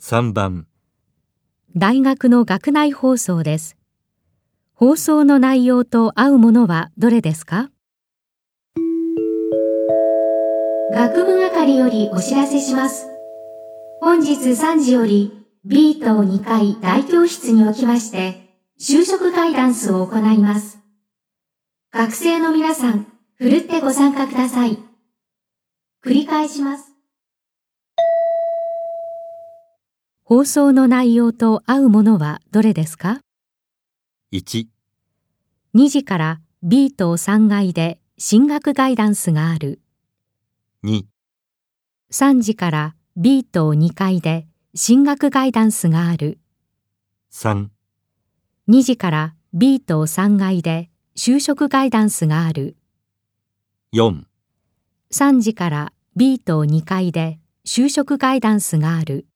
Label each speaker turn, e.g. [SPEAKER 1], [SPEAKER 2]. [SPEAKER 1] 3番
[SPEAKER 2] 大学の学内放送です。放送の内容と合うものはどれですか学部係よりお知らせします。本日3時より B 棟2階大教室におきまして、就職ガイダンスを行います。学生の皆さん、ふるってご参加ください。繰り返します。放送の内容と合うものはどれですか
[SPEAKER 1] 1
[SPEAKER 2] 2時から B 棟3階で進学ガイダンスがある。
[SPEAKER 1] 2
[SPEAKER 2] 3時から B 棟2階で進学ガイダンスがある。
[SPEAKER 1] 3
[SPEAKER 2] 2時から B 棟3階で就職ガイダンスがある。
[SPEAKER 1] 4
[SPEAKER 2] 3時から B 棟2階で就職ガイダンスがある。